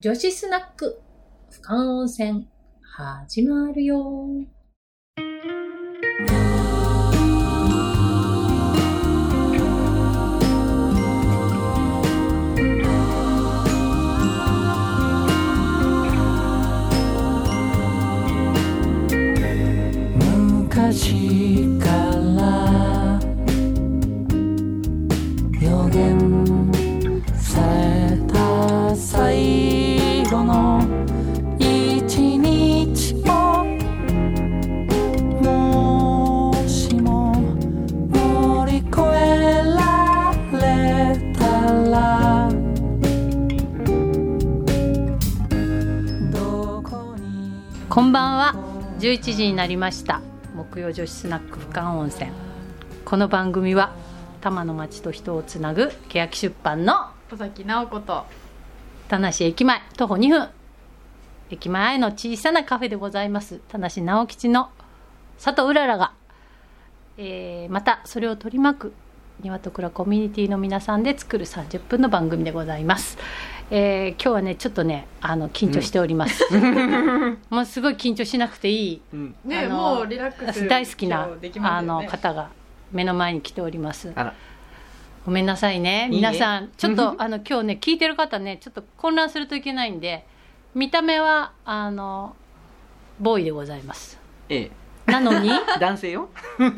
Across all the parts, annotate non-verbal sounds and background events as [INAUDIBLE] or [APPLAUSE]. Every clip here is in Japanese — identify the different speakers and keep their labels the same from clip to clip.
Speaker 1: 女子スナック、俯瞰温泉、始まるよ。
Speaker 2: 昔から予言された最後の一日をもしも乗り越えられたらどこに
Speaker 1: こんばんは。11時になりました。木曜女子スナック俯瞰温泉。この番組は、多摩の町と人をつなぐ、欅出版の
Speaker 3: 小崎直子と
Speaker 1: 田無駅前、徒歩2分。駅前の小さなカフェでございます。田無直吉の佐藤うららが、えーまたそれを取り巻く、庭と倉コミュニティの皆さんで作る30分の番組でございます。えー今日はね、ちょっとね、あの、緊張しております。 [LAUGHS] もうすごい緊張しなくていい、
Speaker 4: うん、
Speaker 3: ね
Speaker 1: あの
Speaker 3: もうリラックス
Speaker 1: 大好きな、
Speaker 3: でき
Speaker 1: あ
Speaker 3: ますよ
Speaker 1: の
Speaker 3: ね
Speaker 1: 方が目の前に来ております。
Speaker 4: あら
Speaker 1: ごめんなさいね。
Speaker 4: いいね
Speaker 1: 皆さ
Speaker 4: [LAUGHS]
Speaker 1: ん、ちょっと、あの、今日ね、聞いてる方ね、ちょっと混乱するといけないんで、見た目は、あの、ボーイでございます。
Speaker 4: え
Speaker 1: なのに、
Speaker 4: え男性よ、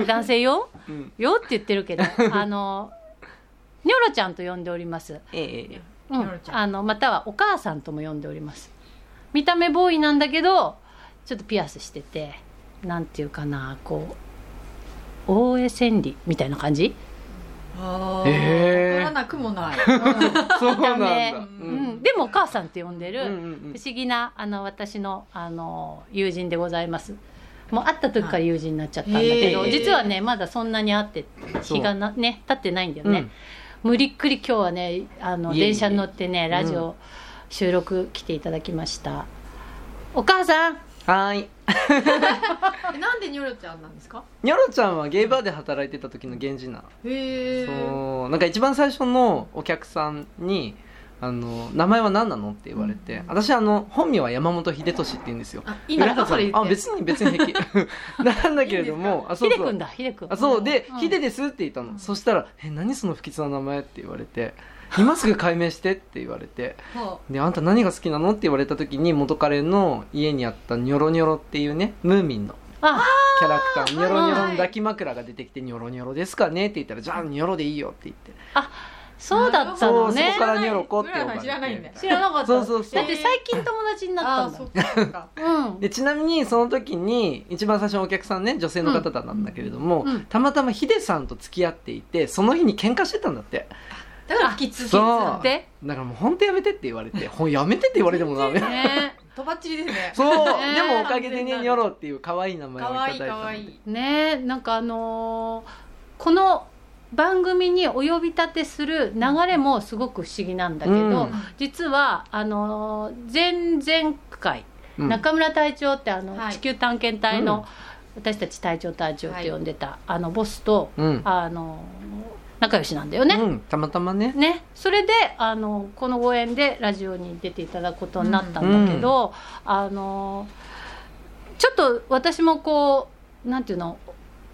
Speaker 1: 男性よ
Speaker 4: うん、
Speaker 1: よって言ってるけ
Speaker 4: [LAUGHS]
Speaker 1: ど、あの、ニョロちゃんと呼んでおります。
Speaker 4: ええええ
Speaker 1: う
Speaker 3: ニョロ
Speaker 1: ん。
Speaker 3: ちゃん
Speaker 1: あの、またはお母さんとも呼んでおります。見た目ボーイなんだけど、ちょっとピアスしてて、なんていうかな、こう、大江千里みたいな感じ
Speaker 3: あ
Speaker 4: へ
Speaker 3: ー
Speaker 4: ー
Speaker 3: わからなくも
Speaker 4: [LAUGHS]
Speaker 3: ない
Speaker 4: そうな
Speaker 1: 見た
Speaker 4: んだ
Speaker 1: 目
Speaker 4: う
Speaker 1: うんん。でもお母さんって呼んで
Speaker 4: うんう
Speaker 1: る。
Speaker 4: ん
Speaker 1: 不思議なあの私のあの友人でございますもう会った時から友人になっちゃったんだけど、
Speaker 3: はいへー
Speaker 1: 実はねまだそんなに会って
Speaker 4: そう
Speaker 1: 日がなね経ってないんだよ
Speaker 4: うん
Speaker 1: ね、無理っくり今日はねあの
Speaker 4: いえいえ
Speaker 1: 電車に乗ってねラジオ収録来ていただきました、お母さん
Speaker 4: はーい
Speaker 3: えなんでニョロちゃんなんですか
Speaker 4: ニョロちゃんはゲイバーで働いてた時の源氏な
Speaker 3: へえ
Speaker 4: そうなんか一番最初のお客さんにあの名前は何なのって言われて、
Speaker 3: うん
Speaker 4: 私あの本名は山本秀俊って言うんですよ
Speaker 3: あいいんですかそれ言って
Speaker 4: あ別に別に
Speaker 3: [LAUGHS]
Speaker 4: 平気なんだけれどもあそ
Speaker 1: ひ
Speaker 4: う
Speaker 1: で
Speaker 4: そう
Speaker 1: くんだひでくん
Speaker 4: あそうで
Speaker 1: う
Speaker 4: 「
Speaker 1: ん
Speaker 4: ヒデです」って言ったの、
Speaker 3: うん
Speaker 4: そしたら「え何その不吉な名前」って言われて「今すぐ解明して」って言われて
Speaker 3: は
Speaker 4: で「あんた何が好きなの?」って言われた時に元彼の家にあったニョロニョロっていうねムーミンの
Speaker 1: あ
Speaker 4: キャラクターニョロニョロ
Speaker 3: は
Speaker 4: の
Speaker 3: い
Speaker 4: 抱き枕が出てきて「ニョロニョロですかね?」って言ったら「じゃあニョロでいいよ」って言って
Speaker 1: そうだったのね
Speaker 4: そうそこからニョロコって呼ばれて
Speaker 3: 知らないんだよ
Speaker 1: 知らなかった
Speaker 4: そうそうそう
Speaker 1: だって最近友達にな
Speaker 3: あ
Speaker 1: った
Speaker 3: ーそ
Speaker 1: ん
Speaker 3: っかそっか
Speaker 1: だうん
Speaker 4: でちなみにその時に一番最初のお客さんね女性の方だったんだけれど
Speaker 1: う
Speaker 4: も、
Speaker 1: んうん
Speaker 4: たまたまヒデさんと付き合っていてその日に喧嘩してたんだって
Speaker 3: だから引き続き
Speaker 4: そう
Speaker 1: で
Speaker 4: だからもう本当やめてって言われて「ほんやめて」って言われても
Speaker 1: [LAUGHS]
Speaker 4: ダメ
Speaker 1: ね
Speaker 3: とばっちりですね
Speaker 4: そう、
Speaker 1: ね
Speaker 4: でもおかげで
Speaker 3: 完全な
Speaker 4: ね
Speaker 3: る
Speaker 4: ニョロっていう可愛い名前を
Speaker 3: か
Speaker 4: いただ
Speaker 3: わい
Speaker 4: い
Speaker 3: い
Speaker 4: た
Speaker 3: か
Speaker 4: の
Speaker 3: わ
Speaker 4: で
Speaker 3: いい
Speaker 1: ねえなんかあのーこの番組にお呼び立てする流れもすごく不思議なんだけど、
Speaker 4: うん
Speaker 1: 実はあのー前々回、
Speaker 4: うん
Speaker 1: 中村隊長ってあの、
Speaker 3: はい
Speaker 1: 地球探検隊
Speaker 4: うん
Speaker 1: の、私たち隊長隊長って呼んでた、あのボスと
Speaker 4: うん
Speaker 1: あのー仲良しなんだよね。
Speaker 4: うん、たまたまね
Speaker 1: ね、それであのこのご縁でラジオに出ていただくことになったんだけど、あのちょっと私もこうなんていうの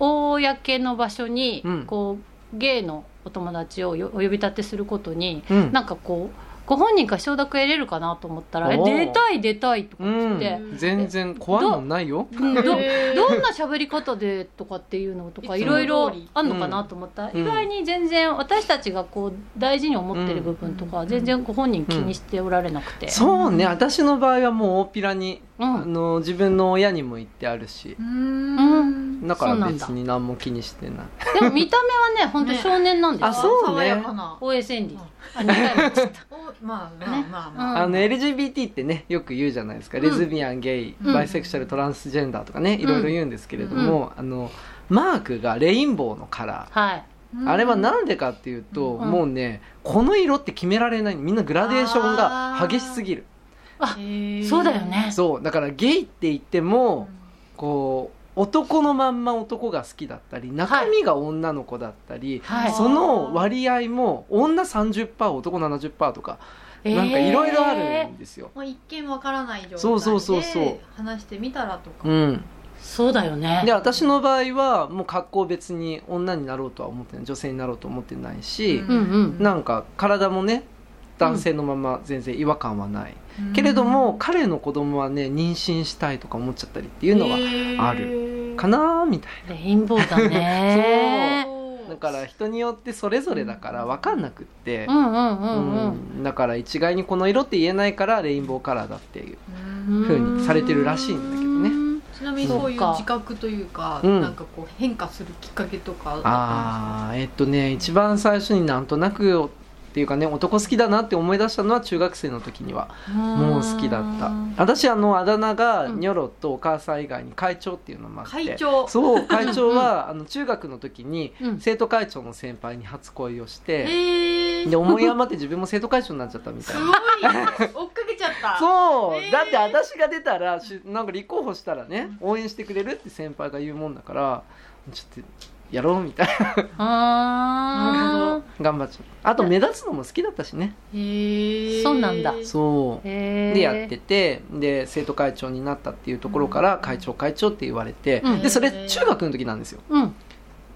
Speaker 1: 公の場所に、
Speaker 4: うん
Speaker 1: こう芸のお友達をよお呼び立てすることに、
Speaker 4: うん
Speaker 1: なんかこうご本人から承諾得れるかなと思ったら「え
Speaker 4: おー
Speaker 1: 出たい出たい」とか
Speaker 4: う
Speaker 1: 言っ
Speaker 4: ん
Speaker 1: て。
Speaker 4: 全然怖いもんないよ
Speaker 1: うんどど
Speaker 4: [LAUGHS]
Speaker 3: へー
Speaker 1: んな喋り方でとかっていうのとか
Speaker 3: い
Speaker 1: い
Speaker 3: つ
Speaker 1: ろ
Speaker 3: も通り
Speaker 1: いろあんのかなと思ったら、
Speaker 4: うん
Speaker 1: 意外に全然私たちがこう大事に思ってる部分とか
Speaker 3: うん
Speaker 1: 全然ご本人気にしておられなくて、
Speaker 4: そうね私の場合はもう大っぴらに、
Speaker 1: うん
Speaker 4: あの自分の親にも言ってあるし
Speaker 3: うー
Speaker 1: うん
Speaker 4: だか
Speaker 1: そうな
Speaker 4: ら
Speaker 1: んだ
Speaker 4: 別に何も気にしてない
Speaker 1: でも見た目はね本当
Speaker 3: ね
Speaker 1: 少年なんですよ、
Speaker 4: あそうね
Speaker 3: 爽やかな
Speaker 1: 大江千里あ二回も言っちゃった
Speaker 3: おまあまあまあまあ
Speaker 1: うん
Speaker 4: あの LGBT ってねよく言うじゃないですか、
Speaker 1: うん
Speaker 4: レズビアンゲイ
Speaker 3: うん
Speaker 4: バイセクシャルトランスジェンダーとかねいろいろ言うんですけれども、あのマークがレインボーのカラー
Speaker 1: はい
Speaker 3: うん
Speaker 4: あれはなんでかっていうと、
Speaker 1: うん
Speaker 4: もうねこの色って決められないみんなグラデーションが激しすぎる
Speaker 3: へー
Speaker 1: そうだよね
Speaker 4: そうだからゲイって言って
Speaker 3: う
Speaker 4: も
Speaker 3: ん
Speaker 4: こう男のまんま男が好きだったり中身が女の子だったり、
Speaker 1: はい
Speaker 4: その割合も女30%男70%とかなんかいろいろあ
Speaker 1: え
Speaker 4: る
Speaker 1: ー
Speaker 4: んですよ。
Speaker 3: まあ、一見わからない状
Speaker 4: そうそうそう
Speaker 3: 態
Speaker 4: そう
Speaker 3: で話してみたらとか
Speaker 4: うん、
Speaker 1: そうだよね
Speaker 4: で私の場合はもう格好別に女になろうとは思ってない女性になろうと思ってないし、
Speaker 1: んうん
Speaker 4: なんか体もね男性のまま全然違和感はない、けれども彼の子供はね妊娠したいとか思っちゃったりっていうのはあ
Speaker 3: る
Speaker 4: かなーみたい
Speaker 1: レインボーだ
Speaker 4: [LAUGHS]
Speaker 1: ね
Speaker 4: なだから人によってそれぞれだから分かんなくって
Speaker 1: う、んうんうんうん、
Speaker 4: うんだから一概にこの色って言えないからレインボーカラーだっていうふうにされてるらしいんだけどね
Speaker 1: ね
Speaker 3: ちなみにそういう自覚というか
Speaker 4: うん
Speaker 3: なんかこう変化するきっかけとかあ
Speaker 4: あーえっとね一番最初になんとなくっていうかね男好きだなって思い出したのは中学生の時にはもう好きだった私あのあだ名がニョロとお母さん以外に会長っていうのもあって
Speaker 3: 会長
Speaker 4: そう会長はあの中学の時に
Speaker 1: うん
Speaker 4: 生徒会長の先輩に初恋をして、
Speaker 3: へえ
Speaker 4: で思い余って自分も生徒会長になっちゃったみたい
Speaker 3: すご
Speaker 4: ない
Speaker 3: 追っかけちゃった
Speaker 4: [LAUGHS] そう、
Speaker 3: へー
Speaker 4: だって私が出たらしなんか立候補したらね応援してくれるって先輩が言うもんだからちょっとやろうみたいな
Speaker 1: あ
Speaker 4: 頑張っちゃったあと目立つのも好きだったしね
Speaker 3: へえ
Speaker 1: そうなんだ
Speaker 4: そう
Speaker 1: ー
Speaker 4: でやっててで生徒会長になったっていうところから会長会長って言われて
Speaker 1: うん
Speaker 4: でそれ中学の時なんですよ
Speaker 1: うん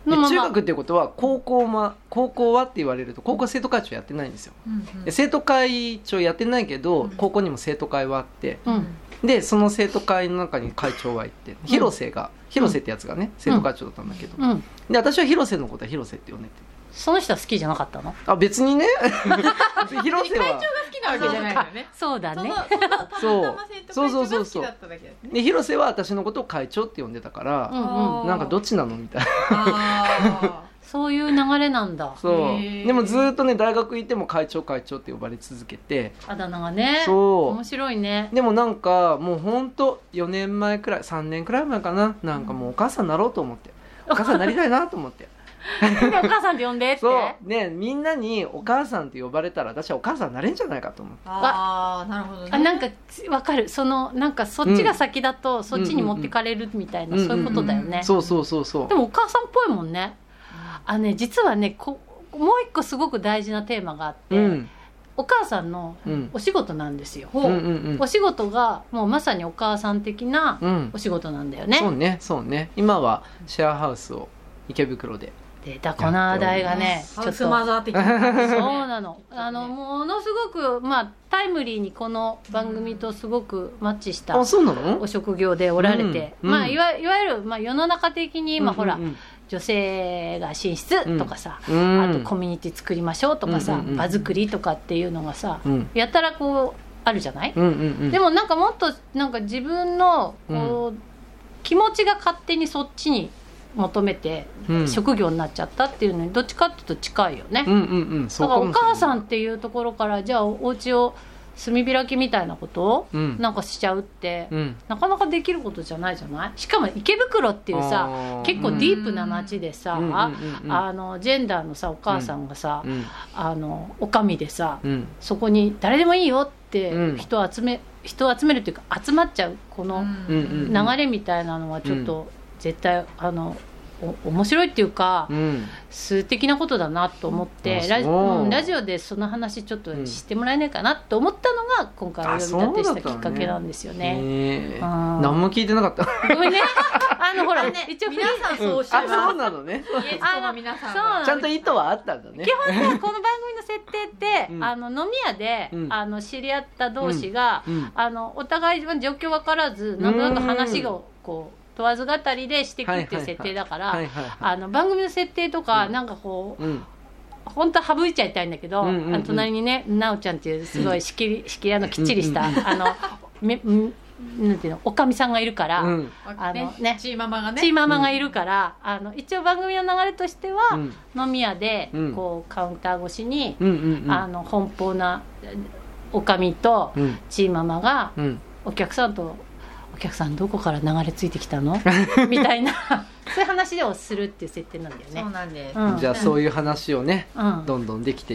Speaker 4: で
Speaker 1: のまま
Speaker 4: 中学っていうことは高校,、ま、高校はって言われると高校は生徒会長やってないんですよ
Speaker 3: うんうん
Speaker 4: で生徒会長やってないけ
Speaker 3: う
Speaker 4: ど
Speaker 3: ん
Speaker 4: 高校にも生徒会はあって
Speaker 1: うん
Speaker 4: でその生徒会の中に会長がいて広瀬が広瀬ってやつがね生徒会長だったんだけど
Speaker 1: うん
Speaker 4: で私は広瀬のことは広瀬って呼んでて
Speaker 1: その人は好きじゃなかったの
Speaker 4: あ別
Speaker 1: [LAUGHS]
Speaker 4: にね広瀬は
Speaker 3: 好きなわけじゃないのね
Speaker 1: そうだ
Speaker 3: その
Speaker 1: ね
Speaker 3: そのたまた
Speaker 4: そう
Speaker 3: ま生徒会長が好きだっただけだね
Speaker 4: で広瀬は私のことを会長って呼んでたから、
Speaker 1: うんうん
Speaker 4: なんかどっちなのみたいな
Speaker 3: あ
Speaker 1: そういう流れなんだ
Speaker 4: そ
Speaker 3: へ
Speaker 4: う
Speaker 3: ー
Speaker 4: でもずーっとね大学行っても会長会長って呼ばれ続けて
Speaker 1: あだ名がね
Speaker 4: そう
Speaker 1: 面白いね
Speaker 4: でもなんかもうほんと4年前くらい3年くらい前かななんかもうお母さんになろうと思ってお母さんになりたいなと思って
Speaker 1: お母さんって呼んでって
Speaker 4: そうねみんなにお母さんって呼ばれたら私はお母さんになれんじゃないかと思って [LAUGHS]
Speaker 3: ーあーなるほどね
Speaker 1: あなんかわかるそのなんかそっちが先だと、そっちに持ってかれるみたいな、
Speaker 4: うんうん
Speaker 1: そういうことだよね、
Speaker 4: そうそうそうそう
Speaker 1: でもお母さんっぽいもんねあのね実はねこもう一個すごく大事なテーマがあって、
Speaker 4: うん
Speaker 1: お母さんの
Speaker 4: うん
Speaker 1: お仕事なんですよ、
Speaker 4: うんうん
Speaker 1: お仕事がもうまさにお母さん的な
Speaker 4: うんうん
Speaker 1: お仕事なんだよね、
Speaker 4: そうねそうね今はシェアハウスを池袋で
Speaker 1: でだこの題がねちょ
Speaker 3: ハ
Speaker 1: っと
Speaker 3: ウス
Speaker 1: そ
Speaker 3: マ
Speaker 1: う
Speaker 3: ザー的な感じね
Speaker 1: な
Speaker 4: [LAUGHS]
Speaker 1: のあのものすごく、まあ、タイムリーにこの番組とすごくマッチした
Speaker 4: あそうなの
Speaker 1: お職業でおられて、
Speaker 4: うん
Speaker 1: まあ、
Speaker 4: うん
Speaker 1: いわいわゆる、まあ、世の中的に今、ほら
Speaker 4: うんうん
Speaker 1: 女性が進出とかさ、
Speaker 4: うん
Speaker 1: あとコミュニティ作りましょうとかさ、
Speaker 4: うんうんうん
Speaker 1: 場作りとかっていうのがさ、
Speaker 4: うん
Speaker 1: やたらこうあるじゃない、
Speaker 4: うんうんうん
Speaker 1: でもなんかもっとなんか自分のこう、気持ちが勝手にそっちに求めて
Speaker 4: うん
Speaker 1: 職業になっちゃったっていうのにどっちかっていうと近いよね。
Speaker 4: うんうんうんそ
Speaker 1: だ
Speaker 4: う
Speaker 1: から
Speaker 4: か
Speaker 1: お
Speaker 4: もしれ
Speaker 1: 母
Speaker 4: ない
Speaker 1: さんっていうところからじゃあお家を住み開きみたいなことを
Speaker 4: うん
Speaker 1: なんかしちゃうって、
Speaker 4: うん
Speaker 1: なかなかできることじゃないじゃないしかも池袋っていうさ
Speaker 4: あー
Speaker 1: 結構ディープな街でさ、
Speaker 4: うんうんうんうん
Speaker 1: あのジェンダーのさお母さんがさ、
Speaker 4: うん
Speaker 1: あのおかみでさ、
Speaker 4: うん
Speaker 1: そこに誰でもいいよって
Speaker 4: うん
Speaker 1: 人を集め、人を集めるというか集まっちゃうこの
Speaker 4: うんうん
Speaker 1: 流れみたいなのはちょっと絶対、あのお面白いっていうか、
Speaker 4: うん
Speaker 1: 数的なことだなと思って
Speaker 4: あ
Speaker 1: ラジ,う、
Speaker 4: そうん
Speaker 1: ラジオでその話ちょっとしてもらえないかなと思ったのが今回お呼び立てしたきっかけなんですよね。
Speaker 4: ねえ
Speaker 1: うん
Speaker 4: 何も聞いてなかった
Speaker 1: ごめんね。あのほら、一応フリー
Speaker 3: 皆さんそうおっしゃ
Speaker 4: [LAUGHS] あ
Speaker 3: い
Speaker 4: そう
Speaker 3: ま
Speaker 4: なのね
Speaker 3: すゲストの皆さん
Speaker 1: あ
Speaker 3: は
Speaker 1: の
Speaker 4: ちゃんと意図はあったんだね
Speaker 1: 基本ねこの番組の設定って、
Speaker 4: うん
Speaker 1: あの飲み屋で、
Speaker 4: うん
Speaker 1: あの知り合った同士が、
Speaker 4: うん
Speaker 1: あのお互い状況分からずなんとなく話がこう問わず語りでしていくっていう設定だから、
Speaker 4: はいはいはい
Speaker 1: あの番組の設定とか、
Speaker 4: うん
Speaker 1: なんかこう
Speaker 4: うん
Speaker 1: 本当は省いちゃいたいんだけど、
Speaker 4: うんうんうん
Speaker 1: あの隣にねなおちゃんっていうすごい仕切り仕切りあのきっちりした、あのめんなんていうのおかみさんがいるから、
Speaker 4: うん
Speaker 1: あのね
Speaker 3: チーママがね
Speaker 1: チーママがいるから、あの一応番組の流れとしては、
Speaker 4: うん
Speaker 1: 飲み屋で、
Speaker 4: うん
Speaker 1: こうカウンター越しに、
Speaker 4: うんうんうん
Speaker 1: あの奔放なえおかみと
Speaker 4: うん
Speaker 1: チーママが
Speaker 4: うん
Speaker 1: お客さんと「お客さんどこから流れ着いてき
Speaker 4: [LAUGHS]
Speaker 1: たの? 」みたいなそういう話をするっていう設定なんだよ
Speaker 3: そ
Speaker 1: ね
Speaker 3: う。なんです
Speaker 1: うん
Speaker 4: じゃあそういう話をね
Speaker 1: うん
Speaker 4: どんどんできて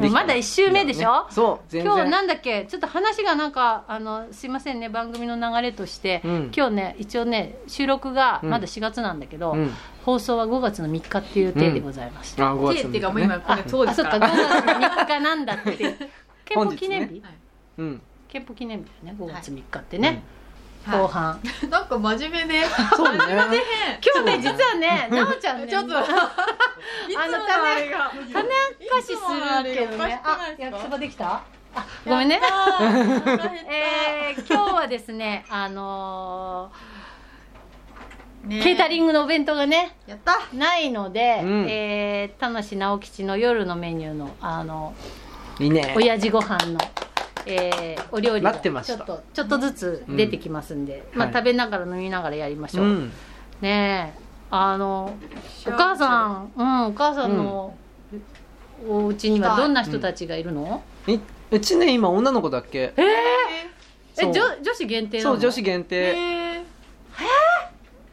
Speaker 1: でもまだ1周目でしょ、
Speaker 4: そう全然
Speaker 1: 今日なんだっけちょっと話がなんかあのすいませんね番組の流れとして、
Speaker 4: うん
Speaker 1: 今日ね一応ね収録がまだ4月なんだけど、
Speaker 4: うん
Speaker 1: 放送は5月の3日っていう体でございます、
Speaker 4: あ5月
Speaker 3: 手っていうか
Speaker 4: の
Speaker 3: もう
Speaker 4: ね
Speaker 3: 今これそうで
Speaker 1: あ
Speaker 3: す
Speaker 1: そっ
Speaker 3: か [LAUGHS]
Speaker 1: から5月の3日なんだって憲法記念日、
Speaker 3: はい
Speaker 4: うん
Speaker 1: 憲法記念日だよね5月3日ってね、
Speaker 3: はい
Speaker 1: 後半、
Speaker 3: なんか真面目で
Speaker 1: [LAUGHS]
Speaker 4: そうね
Speaker 3: 変
Speaker 1: 今日ね実はね奈緒ちゃんね
Speaker 3: ちょっといつものあれが
Speaker 1: 種明かしするけ
Speaker 3: いつ
Speaker 1: ど
Speaker 3: ものあれ
Speaker 1: ね
Speaker 3: おか
Speaker 1: あ
Speaker 3: しくないですか
Speaker 1: 焼きそばできたあごめんね
Speaker 3: やったー
Speaker 1: [LAUGHS] えー、今日はですねあのー
Speaker 3: ね
Speaker 1: ケータリングのお弁当がね
Speaker 3: やった
Speaker 1: ないので、
Speaker 4: うん
Speaker 1: えー、田無直吉の夜のメニューのあの
Speaker 4: いいね
Speaker 1: 親父ご飯の、えー、お料理が
Speaker 4: 待ってま
Speaker 1: ち
Speaker 4: し
Speaker 1: ょ
Speaker 4: た
Speaker 1: っとちょっとずつ出てきますんで、
Speaker 4: うん
Speaker 1: まあ、
Speaker 4: はい
Speaker 1: 食べながら飲みながらやりましょう、
Speaker 4: うん
Speaker 1: ねえあのお母さんうんお母さんの、お家にはどんな人たちがいるの、
Speaker 4: いうちね今女の子だっけそう
Speaker 1: え女女子限定なの
Speaker 4: そう女子
Speaker 3: え
Speaker 4: 限
Speaker 3: ーえー
Speaker 4: 定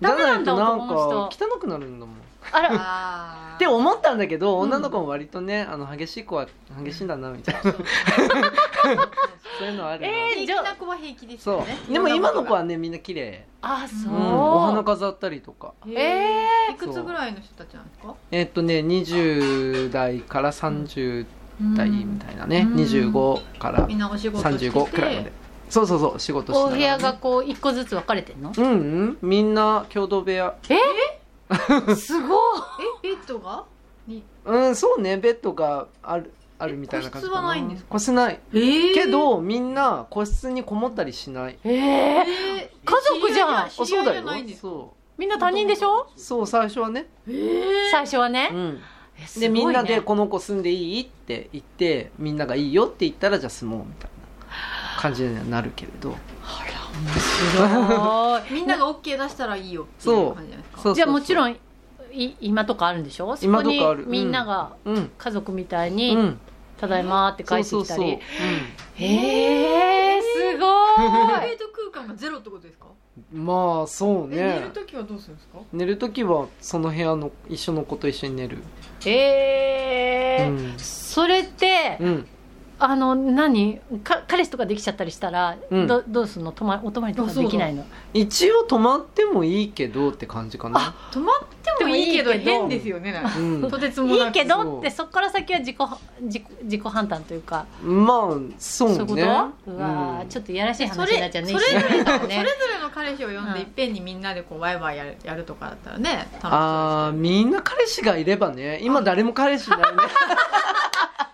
Speaker 4: じゃ
Speaker 1: ダ
Speaker 4: ないとな
Speaker 1: メなんんだ男
Speaker 4: か
Speaker 1: の人
Speaker 4: 汚くなるんだもんっ
Speaker 1: あら
Speaker 3: あー
Speaker 4: て思ったんだけど
Speaker 1: うん
Speaker 4: 女の子も割とねあの激しい子は激しいんだなみたいな [LAUGHS] そういうのあるな
Speaker 1: え
Speaker 3: 平気な子は平気ですよ
Speaker 4: そ
Speaker 3: ね
Speaker 4: うでも今の子はねみんな綺麗
Speaker 1: あそうう、
Speaker 4: んお花飾ったりとか
Speaker 3: え
Speaker 1: え
Speaker 3: いくつぐらいの人たちなんですか
Speaker 4: えっとね20代から30代みたいなね
Speaker 3: うん
Speaker 4: 25から
Speaker 3: みんなお仕事してて
Speaker 4: 35くらいまでそうそうそう仕事し
Speaker 1: お
Speaker 4: なが
Speaker 1: 部
Speaker 4: ら
Speaker 1: 屋がこう一個ずつ分かれてんの
Speaker 4: うんうんみんな共同部屋
Speaker 1: すごい
Speaker 3: えベッドが
Speaker 4: うんそうねベッドがあるあるみたいな感じか
Speaker 3: 個室はないんですか
Speaker 4: 個室ない
Speaker 3: えー
Speaker 4: けどみんな個室にこもったりしない
Speaker 1: ええ
Speaker 3: えー
Speaker 1: 家族じゃん
Speaker 4: あ
Speaker 3: 知り
Speaker 4: そ
Speaker 3: 合
Speaker 4: う
Speaker 3: いじ
Speaker 4: だ
Speaker 3: ゃ
Speaker 4: よ
Speaker 3: ないんですか
Speaker 4: そ
Speaker 1: みんな他人でしょ
Speaker 4: うそう最初はね
Speaker 3: えー
Speaker 1: 最初はね、
Speaker 4: うん
Speaker 1: えすご
Speaker 4: で
Speaker 1: いね
Speaker 4: みんなでこの子住んでいいって言ってみんながいいよって言ったらじゃあ住もうみたいな感じにはなるけれど [LAUGHS]
Speaker 1: すごい
Speaker 3: みんなが OK 出したらいいよっていう感じじゃないですか
Speaker 4: そうそうそう
Speaker 1: じゃあもちろんい今とかあるんでしょそこ
Speaker 4: 今と
Speaker 1: に
Speaker 4: かあるうん
Speaker 1: みんなが
Speaker 4: うん
Speaker 1: 家族みたいうに「
Speaker 4: ん
Speaker 1: ただいま」って帰ってきたりえー
Speaker 3: えー
Speaker 1: す
Speaker 3: プ
Speaker 1: ご
Speaker 3: ライベ
Speaker 1: い
Speaker 3: ート空間がゼロってこと [LAUGHS] ですか
Speaker 4: うんまあそう
Speaker 3: え寝る
Speaker 4: ね
Speaker 3: ときはどうするんですか
Speaker 4: 寝る時はその部屋の一緒の子と一緒に寝る
Speaker 1: え
Speaker 4: う
Speaker 1: ー
Speaker 4: ん
Speaker 1: それって
Speaker 4: うん
Speaker 1: あの何か彼氏とかできちゃったりしたら、
Speaker 4: うん
Speaker 1: どどうすんの泊まお泊まりとかできないの
Speaker 4: 一応泊まってもいいけどって感じかな
Speaker 3: 泊まってもいいけど
Speaker 1: でもいいけど
Speaker 3: 変ですよねなんか
Speaker 4: うん
Speaker 3: とてつも
Speaker 1: い
Speaker 3: ないく
Speaker 1: け
Speaker 4: そ
Speaker 1: ど
Speaker 4: う
Speaker 1: ってそこから先は自己自己自己判断というか
Speaker 4: まあそうね
Speaker 1: そういうこと、うわー、
Speaker 4: うん
Speaker 1: ちょっといやらしい
Speaker 3: そ
Speaker 1: 話になっ
Speaker 3: れ
Speaker 1: ちゃうね
Speaker 3: それぞれのそれ
Speaker 1: ね
Speaker 3: ぞれの彼氏を呼ん
Speaker 1: うん
Speaker 3: でいっぺんにみんなでこうワイワイやるやるとかだったらね楽しそう
Speaker 4: あー
Speaker 3: です
Speaker 4: みんな彼氏がいればね今誰も彼氏いないね
Speaker 3: けど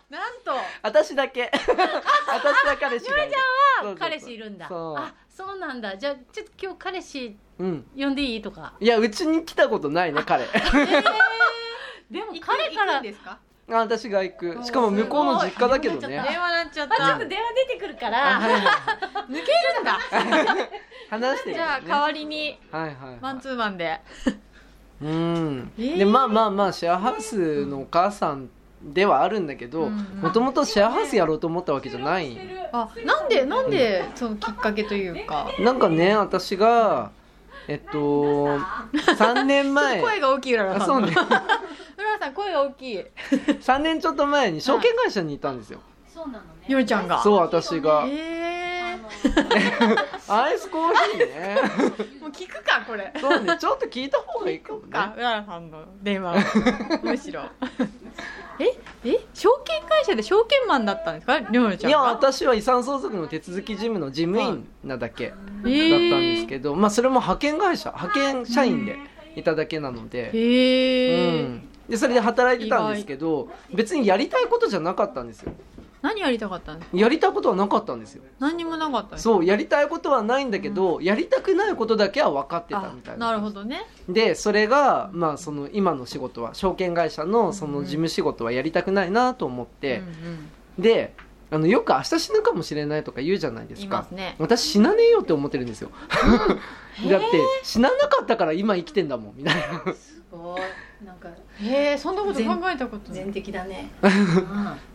Speaker 3: なんと
Speaker 4: [LAUGHS] 私だけ私だけ彼氏がいるそうそうそう
Speaker 1: 彼氏いるんだ
Speaker 4: そう
Speaker 1: あそうなんだじゃあちょっと今日彼氏
Speaker 4: うん
Speaker 1: 呼んでいいとか
Speaker 4: いやうちに来たことないね彼
Speaker 1: でも
Speaker 3: 行く
Speaker 1: 彼か
Speaker 3: 行く
Speaker 1: ら
Speaker 3: んですか
Speaker 4: あ私が行くしかも向こうの実家だけど
Speaker 1: すごい
Speaker 4: ね
Speaker 1: あ
Speaker 3: 電話なっちゃっ
Speaker 1: まあ、ちょったと電話出てくるか
Speaker 4: あ
Speaker 1: ら、
Speaker 4: はいはい
Speaker 3: 抜けるんだ
Speaker 4: 話してる
Speaker 3: じ
Speaker 4: よね
Speaker 3: ゃあ代わりに
Speaker 4: はいはいはい
Speaker 3: マンツーマンで
Speaker 4: うん
Speaker 3: えー
Speaker 4: でまあまあまあシェアハウスのお母さんではあるんだけど
Speaker 3: うん
Speaker 4: もともとシェアハウスやろうと思ったわけじゃない
Speaker 3: あなんでなんでそのきっかけというか
Speaker 4: なんかね私がえっと3年前
Speaker 3: 声が大きい浦
Speaker 4: あ
Speaker 3: 野
Speaker 4: そ
Speaker 3: さ
Speaker 4: うん
Speaker 3: [LAUGHS]
Speaker 4: ね
Speaker 3: 浦野さん声が大きい
Speaker 4: 3年ちょっと前に証券会社にいたんですよ、
Speaker 1: そうなのね
Speaker 3: よりちゃんが
Speaker 4: そう私が
Speaker 3: えー
Speaker 4: アイスコーヒ
Speaker 3: [LAUGHS]
Speaker 4: ーね
Speaker 3: もう聞くかこれ
Speaker 4: そうねちょっと聞いた方がいいかもね
Speaker 3: か浦野さんの電話を
Speaker 4: [LAUGHS]
Speaker 3: むしろええ証券会社で証券マンだったんですかりょうりちゃ
Speaker 4: い
Speaker 3: んが
Speaker 4: や私は遺産相続の手続き事務の事務員なだけだったん
Speaker 3: えー
Speaker 4: ですけど、まあそれも派遣会社派遣社員でいただけなので、う
Speaker 3: へえ、
Speaker 4: ん、でそれで働いてたんですけど別にやりたいことじゃなかったんですよ
Speaker 3: 何やりたかったんですか
Speaker 4: やりたいことはなかったんですよ
Speaker 3: 何にもなかったんです
Speaker 4: そうやりたいことはないんだけど、やりたくないことだけは分かってたみたい
Speaker 3: あ
Speaker 4: な
Speaker 3: なるほどね
Speaker 4: でそれが、まあ、その今の仕事は証券会社のその事務仕事はやりたくないなと思っ
Speaker 3: う
Speaker 4: て
Speaker 3: ん、うん
Speaker 4: であのよく明日死ぬかもしれないとか言うじゃないです
Speaker 3: い
Speaker 4: か
Speaker 3: ますね
Speaker 4: 私死なねえよって思ってるんですよ [LAUGHS] だって死ななかったから今生きてんだもんみたい
Speaker 3: [LAUGHS]
Speaker 4: な
Speaker 1: すごいなんか
Speaker 3: へえそんなこと考えたことない
Speaker 1: 的だね、うん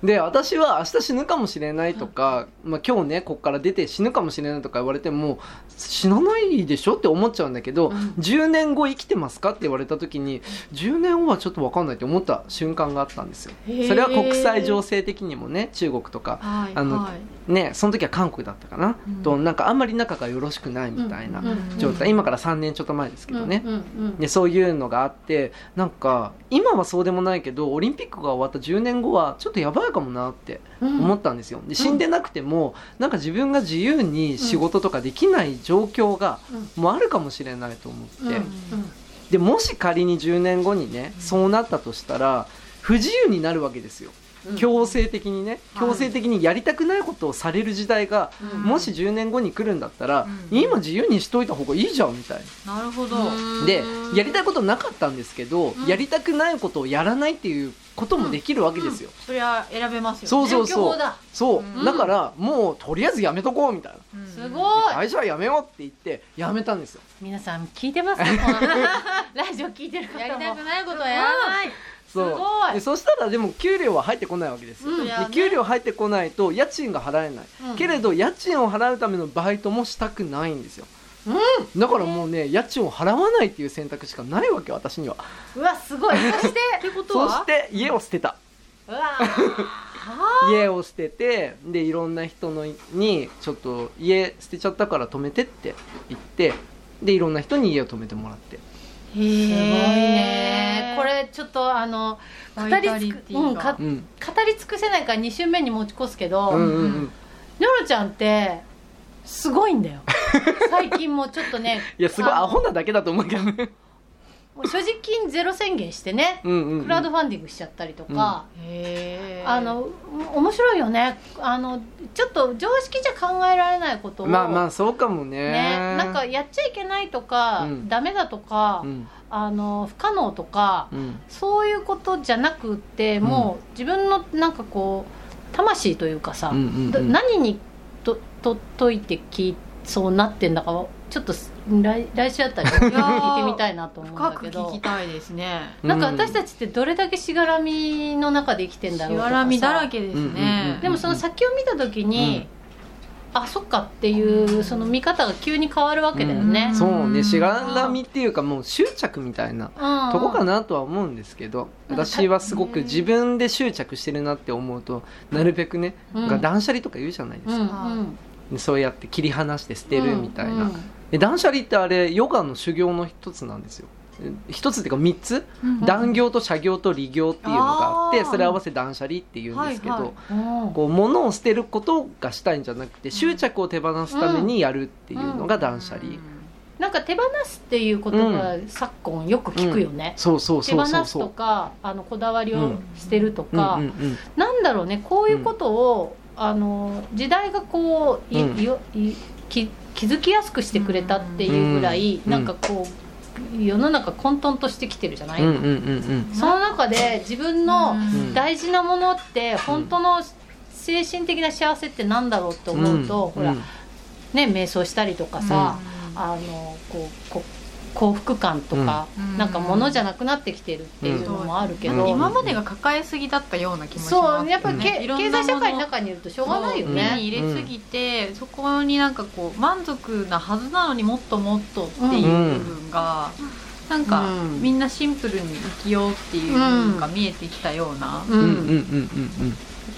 Speaker 4: で私は明日死ぬかもしれないとか、まあ、今日ねこっから出て死ぬかもしれないとか言われても死なないでしょって思っちゃうんだけど、
Speaker 3: うん
Speaker 4: 10年後生きてますかって言われた時に10年後はちょっと分かんないって思った瞬間があったんですよ
Speaker 3: へー
Speaker 4: それは国際情勢的にもね中国とか
Speaker 3: はい
Speaker 4: あの
Speaker 3: はい
Speaker 4: ねその時は韓国だったかな、
Speaker 3: うん
Speaker 4: となんかあんまり仲がよろしくないみたいな
Speaker 1: うん
Speaker 4: 状態、今から3年ちょっと前ですけどね、
Speaker 1: うんうんうん
Speaker 4: でそういうのがあってなんか今はそうでもないけどオリンピックが終わった10年後はちょっとやばいかもなって思ったんですよ、で死んでなくても、なんか自分が自由に仕事とかできない状況が、もうあるかもしれないと思って、でもし仮に10年後にねそうなったとしたら不自由になるわけですよ強制的にね強制的にやりたくないことをされる時代が、もし10年後に来るんだったら、
Speaker 3: うん
Speaker 4: 今自由にしといた方がいいじゃんみたいな。
Speaker 3: なるほど
Speaker 4: でやりたいことなかったんですけど、やりたくないことをやらないっていうこともできるわけですよ、
Speaker 3: そりゃ選べますよね
Speaker 4: そうそう
Speaker 1: 勉強
Speaker 4: そ
Speaker 1: 法
Speaker 4: う
Speaker 1: だ
Speaker 4: そう、
Speaker 3: うん
Speaker 4: だからもうとりあえずやめとこうみたいな、
Speaker 3: うん
Speaker 1: すごい
Speaker 4: 会社はやめようって言ってやめたんですよ
Speaker 1: 皆さん聞いてます
Speaker 4: [LAUGHS]
Speaker 1: かこのラジオ聞いてる方も
Speaker 3: やりたくないことはやらない
Speaker 4: そう
Speaker 3: すごい
Speaker 4: でそしたらでも給料は入ってこないわけですよ、
Speaker 3: うん
Speaker 4: で給料入ってこないと家賃が払えない、
Speaker 3: うん
Speaker 4: けれど家賃を払うためのバイトもしたくないんですよ、だからもうね家賃を払わないっていう選択しかないわけ私には
Speaker 1: うわすごいそして
Speaker 3: ってこと
Speaker 4: [LAUGHS] そ
Speaker 3: は
Speaker 4: して家を捨てた
Speaker 1: う
Speaker 4: [LAUGHS]
Speaker 1: わ
Speaker 4: 家を捨ててでいろんな人のにちょっと家捨てちゃったから止めてって言ってでいろんな人に家を止めてもらって
Speaker 1: すごいねこれちょっとあの語
Speaker 3: バイ
Speaker 1: り
Speaker 3: タリ
Speaker 1: つ
Speaker 3: テ
Speaker 1: く、
Speaker 3: ィが
Speaker 1: うん、か語
Speaker 4: う
Speaker 1: り
Speaker 4: ん
Speaker 1: 尽くせないから2週目に持ち越すけど、
Speaker 4: うんうん
Speaker 3: う
Speaker 4: うんん
Speaker 1: ニョロちゃんってすごいん
Speaker 4: [LAUGHS]
Speaker 1: だよ最近もうちょっとね
Speaker 4: いやすごい
Speaker 1: あの
Speaker 4: アホなだけだと思うけどね
Speaker 1: もう所持金ゼロ宣言してね
Speaker 4: うんうんうん
Speaker 1: クラウドファンディングしちゃったりとか、
Speaker 3: へー
Speaker 1: あの面白いよねあのちょっと常識じゃ考えられないことを、
Speaker 4: まあまあそうかもね
Speaker 1: ね、なんかやっちゃいけないとか、
Speaker 4: うん
Speaker 1: ダメだとか、
Speaker 4: うん
Speaker 1: あの不可能とか、
Speaker 4: うん
Speaker 1: そういうことじゃなくってもう自分のなんかこう魂というかさ、
Speaker 4: うんうん
Speaker 1: ど
Speaker 4: うん
Speaker 1: 何にとと解いてきそうなってんだかちょっとす来来週あたり聞
Speaker 3: やー
Speaker 1: いてみたいなと思うん
Speaker 3: 深
Speaker 1: だ
Speaker 3: く
Speaker 1: け
Speaker 3: 聞き
Speaker 1: ど。
Speaker 3: たいですね
Speaker 1: なんか私たちってどれだけしがらみの中で生きてんだろう
Speaker 3: し
Speaker 1: とか
Speaker 3: わ
Speaker 1: さ
Speaker 3: らみだらけです
Speaker 4: うんうんう
Speaker 3: ね
Speaker 4: ん
Speaker 1: でもその先を見た時に、あそっかっていうその見方が急に変わるわけだよね、
Speaker 4: うんそうねしがらみっていうかもう執着みたいなとこかなとは思うんですけど
Speaker 1: うんなんか
Speaker 4: 私はすごく自分で執着してるなって思うとなるべくね、
Speaker 1: うん
Speaker 4: が断捨離とか言うじゃないですか、
Speaker 1: うん
Speaker 4: でそうやって切り離して捨てるみたいな、
Speaker 1: うん
Speaker 4: で断捨離ってあれヨガの修行の一つなんですよえ一つっていうか三つ、断行と捨行と離行っていうのがあっ
Speaker 3: あ
Speaker 4: て
Speaker 3: ー
Speaker 4: それ合わせ断捨離っていうんですけど、
Speaker 3: はいはい
Speaker 1: うん
Speaker 4: こう物を捨てることがしたいんじゃなくて執着を手放すためにやるっていうのが断捨離、
Speaker 1: なんか手放すっていう言葉、昨今よく聞くよね、
Speaker 4: そうそう
Speaker 1: 手
Speaker 4: そ
Speaker 1: 放
Speaker 4: うそう
Speaker 1: す
Speaker 4: そ
Speaker 1: と
Speaker 4: う
Speaker 1: かあのこだわりを捨てるとか、
Speaker 4: うんうん
Speaker 1: なんだろうねこういうことを、あの時代がこうい、
Speaker 4: うん
Speaker 1: よいき気づきやすくしてくれたっていうぐらい、
Speaker 4: うん
Speaker 1: なんかこう世の中混沌としてきてるじゃない、
Speaker 4: うんうんうんうん
Speaker 1: その中で自分
Speaker 3: の
Speaker 1: の
Speaker 4: うん
Speaker 1: 大事なものって本当の精神的な幸せってなんだろうと思うと、ほら、
Speaker 4: ん
Speaker 1: ね瞑想したりとかさ、あのこうこ幸福感とか、なんか物じゃ
Speaker 3: な
Speaker 1: なくなってきてるっていうのもあるけ
Speaker 4: う
Speaker 1: ど、
Speaker 4: ん
Speaker 3: 今までが抱えすぎだったような気もします
Speaker 1: そうやっぱり、
Speaker 4: うん
Speaker 1: け
Speaker 3: いろん
Speaker 1: 経
Speaker 3: な
Speaker 1: 済
Speaker 3: もの
Speaker 1: 社会の中にいるとしょうがないよ
Speaker 4: そう
Speaker 3: 手
Speaker 1: ね。
Speaker 3: に入れすぎて、そこになんかこう満足なはずなのにもっともっとっていう部分が、なんか、
Speaker 1: うん
Speaker 3: みんなシンプルに生きようっていうのが見えてきたような、
Speaker 1: う
Speaker 4: うん
Speaker 1: ん
Speaker 4: うんうんうんうん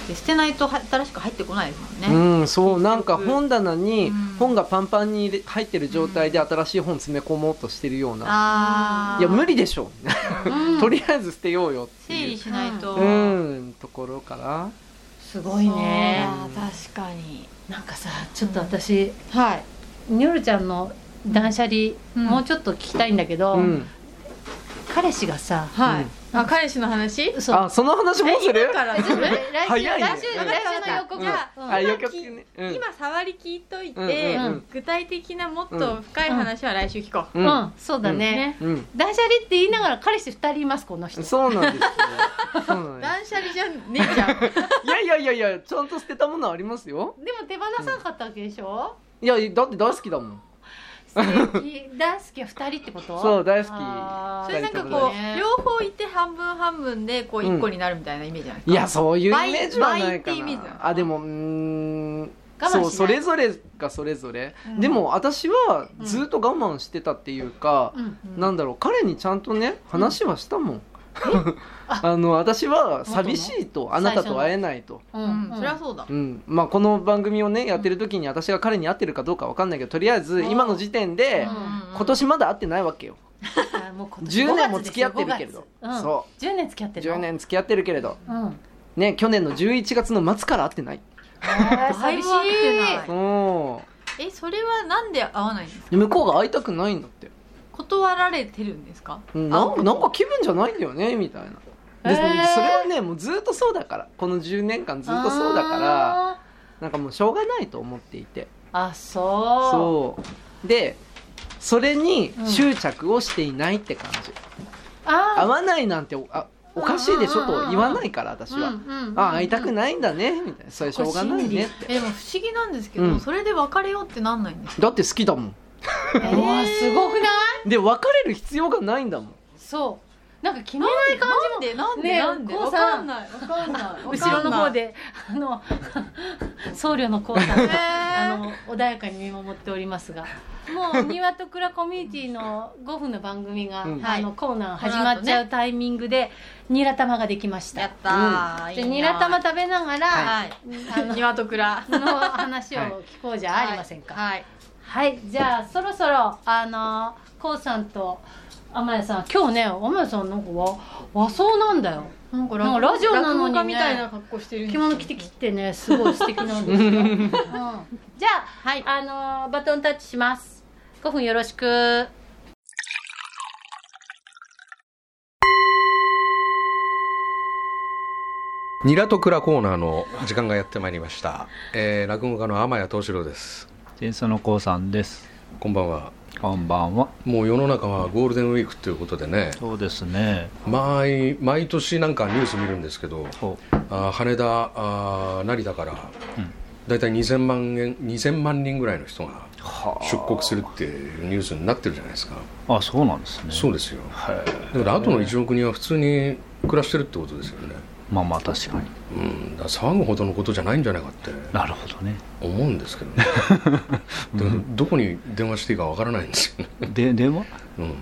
Speaker 3: で捨てないとは新しく入ってこないですもんね、
Speaker 4: うん、そうなんか本棚に
Speaker 3: うん
Speaker 4: 本がパンパンに入れ入ってる状態で新しい本詰め込もうとしてるような、
Speaker 3: あー
Speaker 4: いや無理でしょ
Speaker 1: うん
Speaker 4: うとりあえず捨てようよって
Speaker 3: 整
Speaker 4: い
Speaker 3: 理
Speaker 4: う、
Speaker 3: しないと、
Speaker 4: うん、ところから
Speaker 1: すごいね
Speaker 3: そうだ確かに
Speaker 1: なんかさちょっと私、
Speaker 3: はい
Speaker 1: ニョルちゃんの断捨離、
Speaker 3: うん
Speaker 1: もうちょっと聞きたいんだけど、
Speaker 4: うん、
Speaker 1: 彼氏がさ
Speaker 3: はい、
Speaker 4: うん
Speaker 3: あ彼氏の話
Speaker 1: そう
Speaker 4: あその話もする
Speaker 3: から
Speaker 1: えちょっと来来週
Speaker 4: 早いね
Speaker 1: 来週
Speaker 4: うん
Speaker 1: 来週の予告
Speaker 4: うんあ
Speaker 1: うん
Speaker 4: よくね、うん、
Speaker 3: 今触り聞いといて、
Speaker 4: うん
Speaker 1: うんうん
Speaker 3: 具体的なもっと深い話は来週聞こう、
Speaker 4: うん
Speaker 1: うんそうだね、
Speaker 4: うん
Speaker 1: 断捨離って言いながら彼氏2人いますこの人
Speaker 4: そうなんですよそう [LAUGHS] なんで
Speaker 3: 断捨離じゃねえじ [LAUGHS] ゃん
Speaker 4: すいやいやいやいやちゃんと捨てたものありますよ
Speaker 1: でも手放さなかったわけでしょ、
Speaker 4: いやだって大好きだもん
Speaker 1: 素敵大好きは2人ってこと
Speaker 4: そう大好き
Speaker 1: あー
Speaker 3: それなんか
Speaker 4: 二人と
Speaker 3: こ
Speaker 4: も
Speaker 3: う、両方いて半分半分でこう一個になるみたいなイメージじゃないですか、
Speaker 4: いやそういうイ
Speaker 3: 倍
Speaker 4: メージはないか
Speaker 3: 倍ってイメージなのかな
Speaker 4: なあでもうーん
Speaker 1: 我慢しない
Speaker 4: そうそれぞれがそれぞれ、
Speaker 3: うん
Speaker 4: でも私はずっと我慢してたっていうか、
Speaker 1: うん
Speaker 3: うん
Speaker 4: なんだろう彼にちゃんとね話はした [LAUGHS] もん、
Speaker 1: あ
Speaker 4: あの私は寂しいとあな
Speaker 1: 最
Speaker 4: た
Speaker 1: 初
Speaker 4: と
Speaker 1: の
Speaker 4: 会えないと、
Speaker 1: うん
Speaker 3: そりゃそうだ、
Speaker 4: うんまあ、この番組をねやってる時に私が彼に会ってるかどうかわかんないけどとりあえず今の時点で
Speaker 1: うん
Speaker 4: 今年まだ会ってないわけよ、
Speaker 1: あもう今年5
Speaker 4: 10年
Speaker 1: 月
Speaker 4: も付き合ってるけれ
Speaker 1: で
Speaker 4: ど
Speaker 1: す、よ5月うん、
Speaker 4: そ
Speaker 1: 10年付き合っ
Speaker 4: う
Speaker 1: てるの
Speaker 4: 10年付き合ってるけれど
Speaker 1: うん
Speaker 4: ね去年の11月の末から会ってない
Speaker 3: 寂しい
Speaker 4: うん向
Speaker 3: えそれはなんで会わないんですか
Speaker 4: こうが会いたくないんだって
Speaker 3: 断られてるんですか
Speaker 4: うんなんかなんか気分じゃないんだよねみたいなでそれ
Speaker 1: へー
Speaker 4: はねもうずっとそうだからこの10年間ずっとそうだから
Speaker 1: あ
Speaker 4: なんかもうしょうがないと思っていて
Speaker 1: ーあそう
Speaker 4: そうでそれに
Speaker 1: うん
Speaker 4: 執着をしていないって感じ、会
Speaker 1: あ
Speaker 4: わないなんておあおかしいでしょ
Speaker 3: うんうんうんうん
Speaker 4: と言わないから私は、あ会いたくないんだねみたいなそれしょうがないねって
Speaker 3: えでも不思議なんですけど、
Speaker 4: うん
Speaker 3: それで別れようってなんないんですか
Speaker 4: だって好きだもん
Speaker 1: ー、えー、すごくない
Speaker 4: で別れる必要がないんだもん
Speaker 1: そうなんか決めない感
Speaker 3: なんでなんで
Speaker 1: ねえ
Speaker 3: なんで
Speaker 1: こ
Speaker 3: わ
Speaker 1: うさ
Speaker 3: かんないわかんない
Speaker 1: じ後ろの方であの僧侶の [LAUGHS] コウさんがあ
Speaker 3: あの
Speaker 1: の穏やかに見守っておりますがもう「庭と蔵コミュニティ」の5分の番組が、
Speaker 4: うん
Speaker 1: あのコーナー始まっちゃうタイミングでニラ玉ができまし
Speaker 3: や
Speaker 1: た
Speaker 3: っ。たー、いい
Speaker 1: で
Speaker 3: なー
Speaker 1: ニラ玉食べながら、
Speaker 3: はい
Speaker 1: あの
Speaker 3: 庭と蔵
Speaker 1: の話を聞こうじゃありませんか。はい、
Speaker 3: はい
Speaker 1: じゃあそろそろあのこうさんと天谷さん今日ね天谷さんなんか和和装なんだよ。
Speaker 3: なんか
Speaker 1: なんかラジオなのにね
Speaker 3: 落語家みたいな格好してるんです
Speaker 1: 着
Speaker 3: よ
Speaker 1: 物着てきてねすごい素敵なん
Speaker 3: [LAUGHS]
Speaker 1: ですよ、うんじゃあ、あのーバトンタッチします5分よろしく
Speaker 5: ニラとクラコーナーの時間がやってまいりました。えー、落語家の天谷藤四郎です。
Speaker 6: でそのこうさんです
Speaker 5: こんばんは。
Speaker 6: こんばんは
Speaker 5: もう世の中はゴールデンウィークということでね、
Speaker 6: そうですね
Speaker 5: 毎毎年なんかニュース見るんですけど、
Speaker 6: そ
Speaker 5: あー羽田あー成田から、だいたい2000万円2000万人ぐらいの人が出国するっていうニュースになってるじゃないですか。
Speaker 6: うあそうなんですね
Speaker 5: そうですよ。
Speaker 6: はい
Speaker 5: だから後の1億人は普通に暮らしてるってことですよね。
Speaker 6: まあまあ確かに
Speaker 5: うん、だから騒ぐほどのことじゃないんじゃないかって
Speaker 6: なるほどね
Speaker 5: 思うんですけど [LAUGHS] ね。だけどどこに電話していいかわからないんですよね。
Speaker 6: で電話
Speaker 5: うん、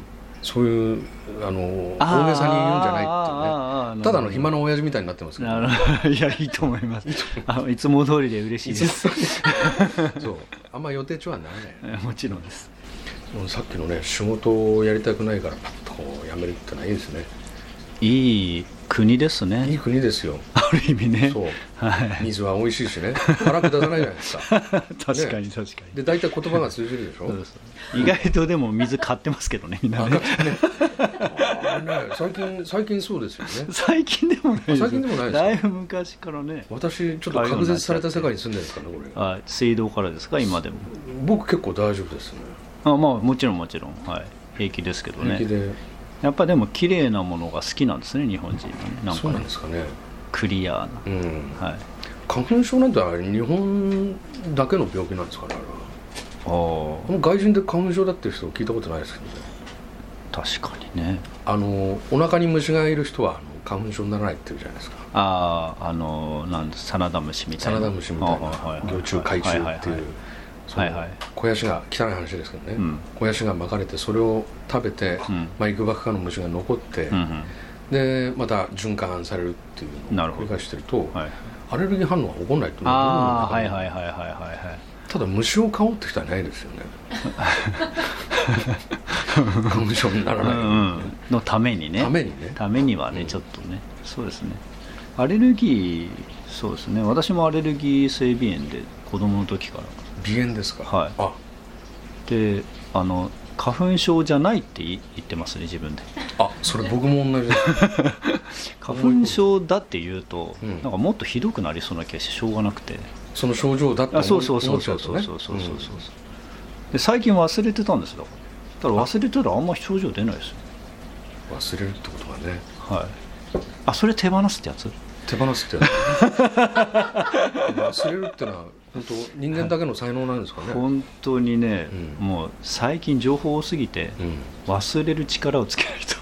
Speaker 5: そういうあの大げさに言うんじゃないっていうねただの暇
Speaker 6: な
Speaker 5: な親父みたいになってますけど
Speaker 6: な [LAUGHS] るいやいいと思いますあのいつも通りで嬉しいです
Speaker 5: そうあんま予定調和にならない
Speaker 6: [LAUGHS] もちろんです
Speaker 5: うんさっきのね仕事をやりたくないからパッとこうやめるってのはいいですね
Speaker 6: いい国です
Speaker 5: いい
Speaker 6: ね
Speaker 5: 国ですよ
Speaker 6: ある意味ね
Speaker 5: そう
Speaker 6: はい
Speaker 5: 水は美味しいしね腹下さないじゃないです [LAUGHS] か
Speaker 6: 確かに確かに
Speaker 5: で大体言葉が通じるでしょ [LAUGHS]
Speaker 6: そうです意外とでも水買ってますけどねみんなね
Speaker 5: あれね最近最近そうですよね
Speaker 6: 最近でもないです
Speaker 5: 最近でもないですか
Speaker 6: だいぶ昔からね
Speaker 5: 私ちょっと隔絶された世界に住んでるんですからねこれ
Speaker 6: はい水道からですか今でも
Speaker 5: 僕結構大丈夫ですね
Speaker 6: あまあもちろんもちろん、はい、平気ですけど
Speaker 5: 平気
Speaker 6: ね
Speaker 5: で
Speaker 6: やっぱでも綺麗なものが好きなんですね日本人はねなん
Speaker 5: そ
Speaker 6: か
Speaker 5: う
Speaker 6: ね
Speaker 5: なんですかね
Speaker 6: クリア
Speaker 5: うん
Speaker 6: な、はい、
Speaker 5: 花粉症なんてあれ日本だけの病気なんですかねあれは
Speaker 6: あ
Speaker 5: この外人で花粉症だっていう人聞いたことないですけどね
Speaker 6: あ確かにね
Speaker 5: あのお腹に虫がいる人はあの花粉症にならないっていうじゃないですか
Speaker 6: あああのなんですサナダムシみた
Speaker 5: サ
Speaker 6: いな
Speaker 5: ナダムシみたいな
Speaker 6: ああはは
Speaker 5: 幼虫害虫って
Speaker 6: はいはいは
Speaker 5: う
Speaker 6: い
Speaker 5: その
Speaker 6: はいはい
Speaker 5: 肥やしが汚い話ですけどね、
Speaker 6: うん
Speaker 5: 肥やしが巻かれてそれを食べて、
Speaker 6: うん
Speaker 5: まあ、いくばくかの虫が残って、
Speaker 6: うん
Speaker 5: でまた循環されるっていうの
Speaker 6: な
Speaker 5: を
Speaker 6: るほ
Speaker 5: 繰
Speaker 6: ど
Speaker 5: り返してると
Speaker 6: うんはい、
Speaker 5: アレルギー反応が起こらないって
Speaker 6: ああはい
Speaker 5: い、
Speaker 6: はいはいはいはいはい
Speaker 5: ただ虫を飼おうって人はいないですよ
Speaker 6: [LAUGHS]
Speaker 5: ね花粉症になら
Speaker 6: う
Speaker 5: ない、
Speaker 6: んうん、のためにね
Speaker 5: ためにね
Speaker 6: ためにはね、
Speaker 5: うん
Speaker 6: ちょっとねそうですねアレルギーそうですね私もアレルギー性鼻炎で子供の時から
Speaker 5: 鼻炎ですか
Speaker 6: はい
Speaker 5: あ
Speaker 6: であの花粉症じゃないって言言ってますね
Speaker 5: [LAUGHS]
Speaker 6: 自分で
Speaker 5: あそれ僕も同じです
Speaker 6: 花粉症だって言うと、
Speaker 5: うん
Speaker 6: なんかもっとひどくなりそうな気がしてしょうがなくて
Speaker 5: その症状だって
Speaker 6: あ
Speaker 5: 思
Speaker 6: そ
Speaker 5: っ
Speaker 6: うそうそ
Speaker 5: 思っ
Speaker 6: う
Speaker 5: ち
Speaker 6: そ
Speaker 5: ゃう
Speaker 6: う
Speaker 5: と
Speaker 6: そう
Speaker 5: ね
Speaker 6: そうそうそうそうで最近忘れてたんですよだからだから忘れてたらあんま症状出ないですよ
Speaker 5: うん忘れるってことがね
Speaker 6: はいあそれ手放すってやつ
Speaker 5: 手放すって [LAUGHS] 忘れるってのは本当人間だけの才能なんですかね、
Speaker 6: 本当にね、
Speaker 5: うん
Speaker 6: もう最近情報多すぎて
Speaker 5: うん、
Speaker 6: 忘れる力をつけないと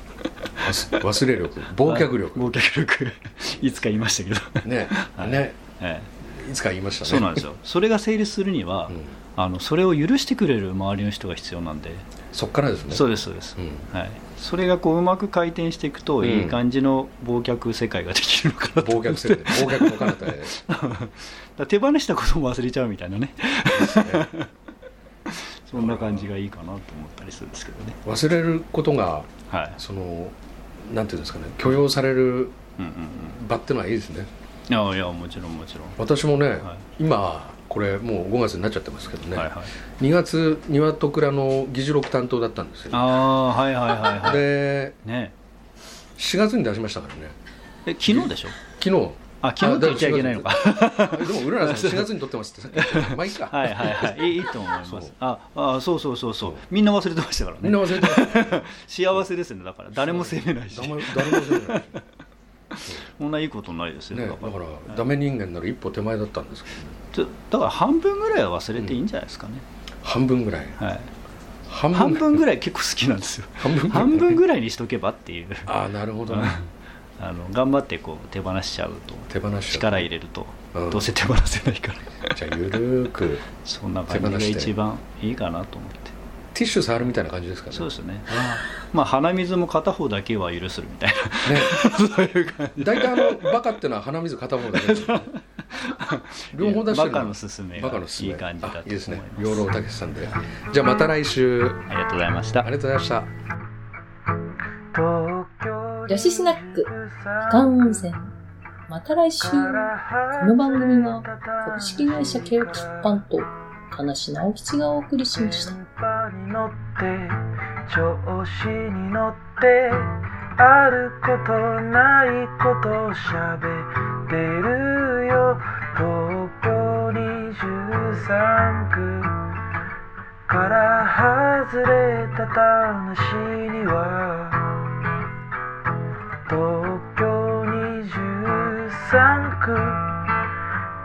Speaker 5: 忘忘れ力 [LAUGHS] 忘却力
Speaker 6: 忘却力 [LAUGHS] いつか言いましたけど、 [LAUGHS]
Speaker 5: ね
Speaker 6: はい
Speaker 5: ね
Speaker 6: ええ
Speaker 5: いつか言いましたね
Speaker 6: そうなんですよそれが成立するには、
Speaker 5: うん
Speaker 6: あのそれを許してくれる周りの人が必要なんで、
Speaker 5: そっからですね
Speaker 6: そう
Speaker 5: で
Speaker 6: ですそうです、
Speaker 5: ん、
Speaker 6: はい、それがこううまく回転していくと、
Speaker 5: うん
Speaker 6: いい感じの忘却世界ができるのかなと
Speaker 5: 忘却せる忘却の彼方へ
Speaker 6: だから手放したことも忘れちゃうみたいなね
Speaker 5: ですね
Speaker 6: [LAUGHS] そんな感じがいいかなと思ったりするんですけどね
Speaker 5: 忘れることが
Speaker 6: はい、
Speaker 5: そのなんていうんですかね許容される
Speaker 6: うんうん
Speaker 5: 場ってのはいいですね
Speaker 6: うん、ああいやもちろんもちろん、
Speaker 5: 私もね、
Speaker 6: はい
Speaker 5: 今これもう5月になっちゃってますけどね、
Speaker 6: はいはい
Speaker 5: 2月にわとくらの議事録担当だったんですよ
Speaker 6: ああはいはいはいはい
Speaker 5: で
Speaker 6: ね
Speaker 5: 4月に出しましたからね
Speaker 6: え昨日でしょ
Speaker 5: 昨日
Speaker 6: あ昨日って言っちゃいけないのか
Speaker 5: あでもうららさん4月に撮ってますってまあいいか、
Speaker 6: [LAUGHS] はいはいはいいいいいと思います
Speaker 5: そう
Speaker 6: ああそうそうそうそうみんな忘れてましたから
Speaker 5: みんな
Speaker 6: ね
Speaker 5: 忘れてない
Speaker 6: [LAUGHS] 幸せですねだから誰も責めないし
Speaker 5: 誰も誰も忘れて
Speaker 6: [LAUGHS]
Speaker 5: ない
Speaker 6: こんないいことないですよ
Speaker 5: ね、
Speaker 6: ね
Speaker 5: だか
Speaker 6: だから
Speaker 5: らダメ人間なら一歩手前だったんですけど、ね、
Speaker 6: ちょだから半分ぐらいは忘れていいんじゃないですかね、
Speaker 5: 半分ぐらい
Speaker 6: はい、
Speaker 5: 半
Speaker 6: 半分ぐ
Speaker 5: らい
Speaker 6: らい結構好きなんです
Speaker 5: [LAUGHS]
Speaker 6: よ
Speaker 5: 半分ぐらい
Speaker 6: 半分ぐらいにしとけばっていう
Speaker 5: ああなるほどね
Speaker 6: [LAUGHS] あの頑張ってこう手放しちゃうと
Speaker 5: 手放しちゃう
Speaker 6: 力入れると、
Speaker 5: うん
Speaker 6: どうせ手放せない
Speaker 5: [LAUGHS]
Speaker 6: から
Speaker 5: じゃあゆるーく
Speaker 6: そんな感じ
Speaker 5: 手
Speaker 6: が
Speaker 5: 放して
Speaker 6: 一番いいかなと思って
Speaker 5: ティッシュ触るみたいな感じですかね
Speaker 6: そうですねまあ鼻水も片方だけは許するみたい [LAUGHS]
Speaker 5: ね大体あのバカってのは鼻水片方だけですよ
Speaker 6: [LAUGHS]
Speaker 5: ね両方出して
Speaker 6: バ
Speaker 5: る
Speaker 6: カのすすめが
Speaker 5: バカのすすめ
Speaker 6: いい感じだと
Speaker 5: あ
Speaker 6: 思いま
Speaker 5: い
Speaker 6: す
Speaker 5: ですね養老たけしさんでじゃあまた来週
Speaker 6: なありがとうございました
Speaker 5: ありがとうございました
Speaker 7: 女子スナック、不感温泉。また来週。この番組は、株式会社ケオキッパンと、田無直吉がお送りしました。
Speaker 2: に乗って調子に乗ってあることないことを喋ってるよ東京23区から外れた話には東京23区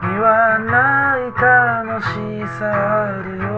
Speaker 2: にはない楽しさあるよ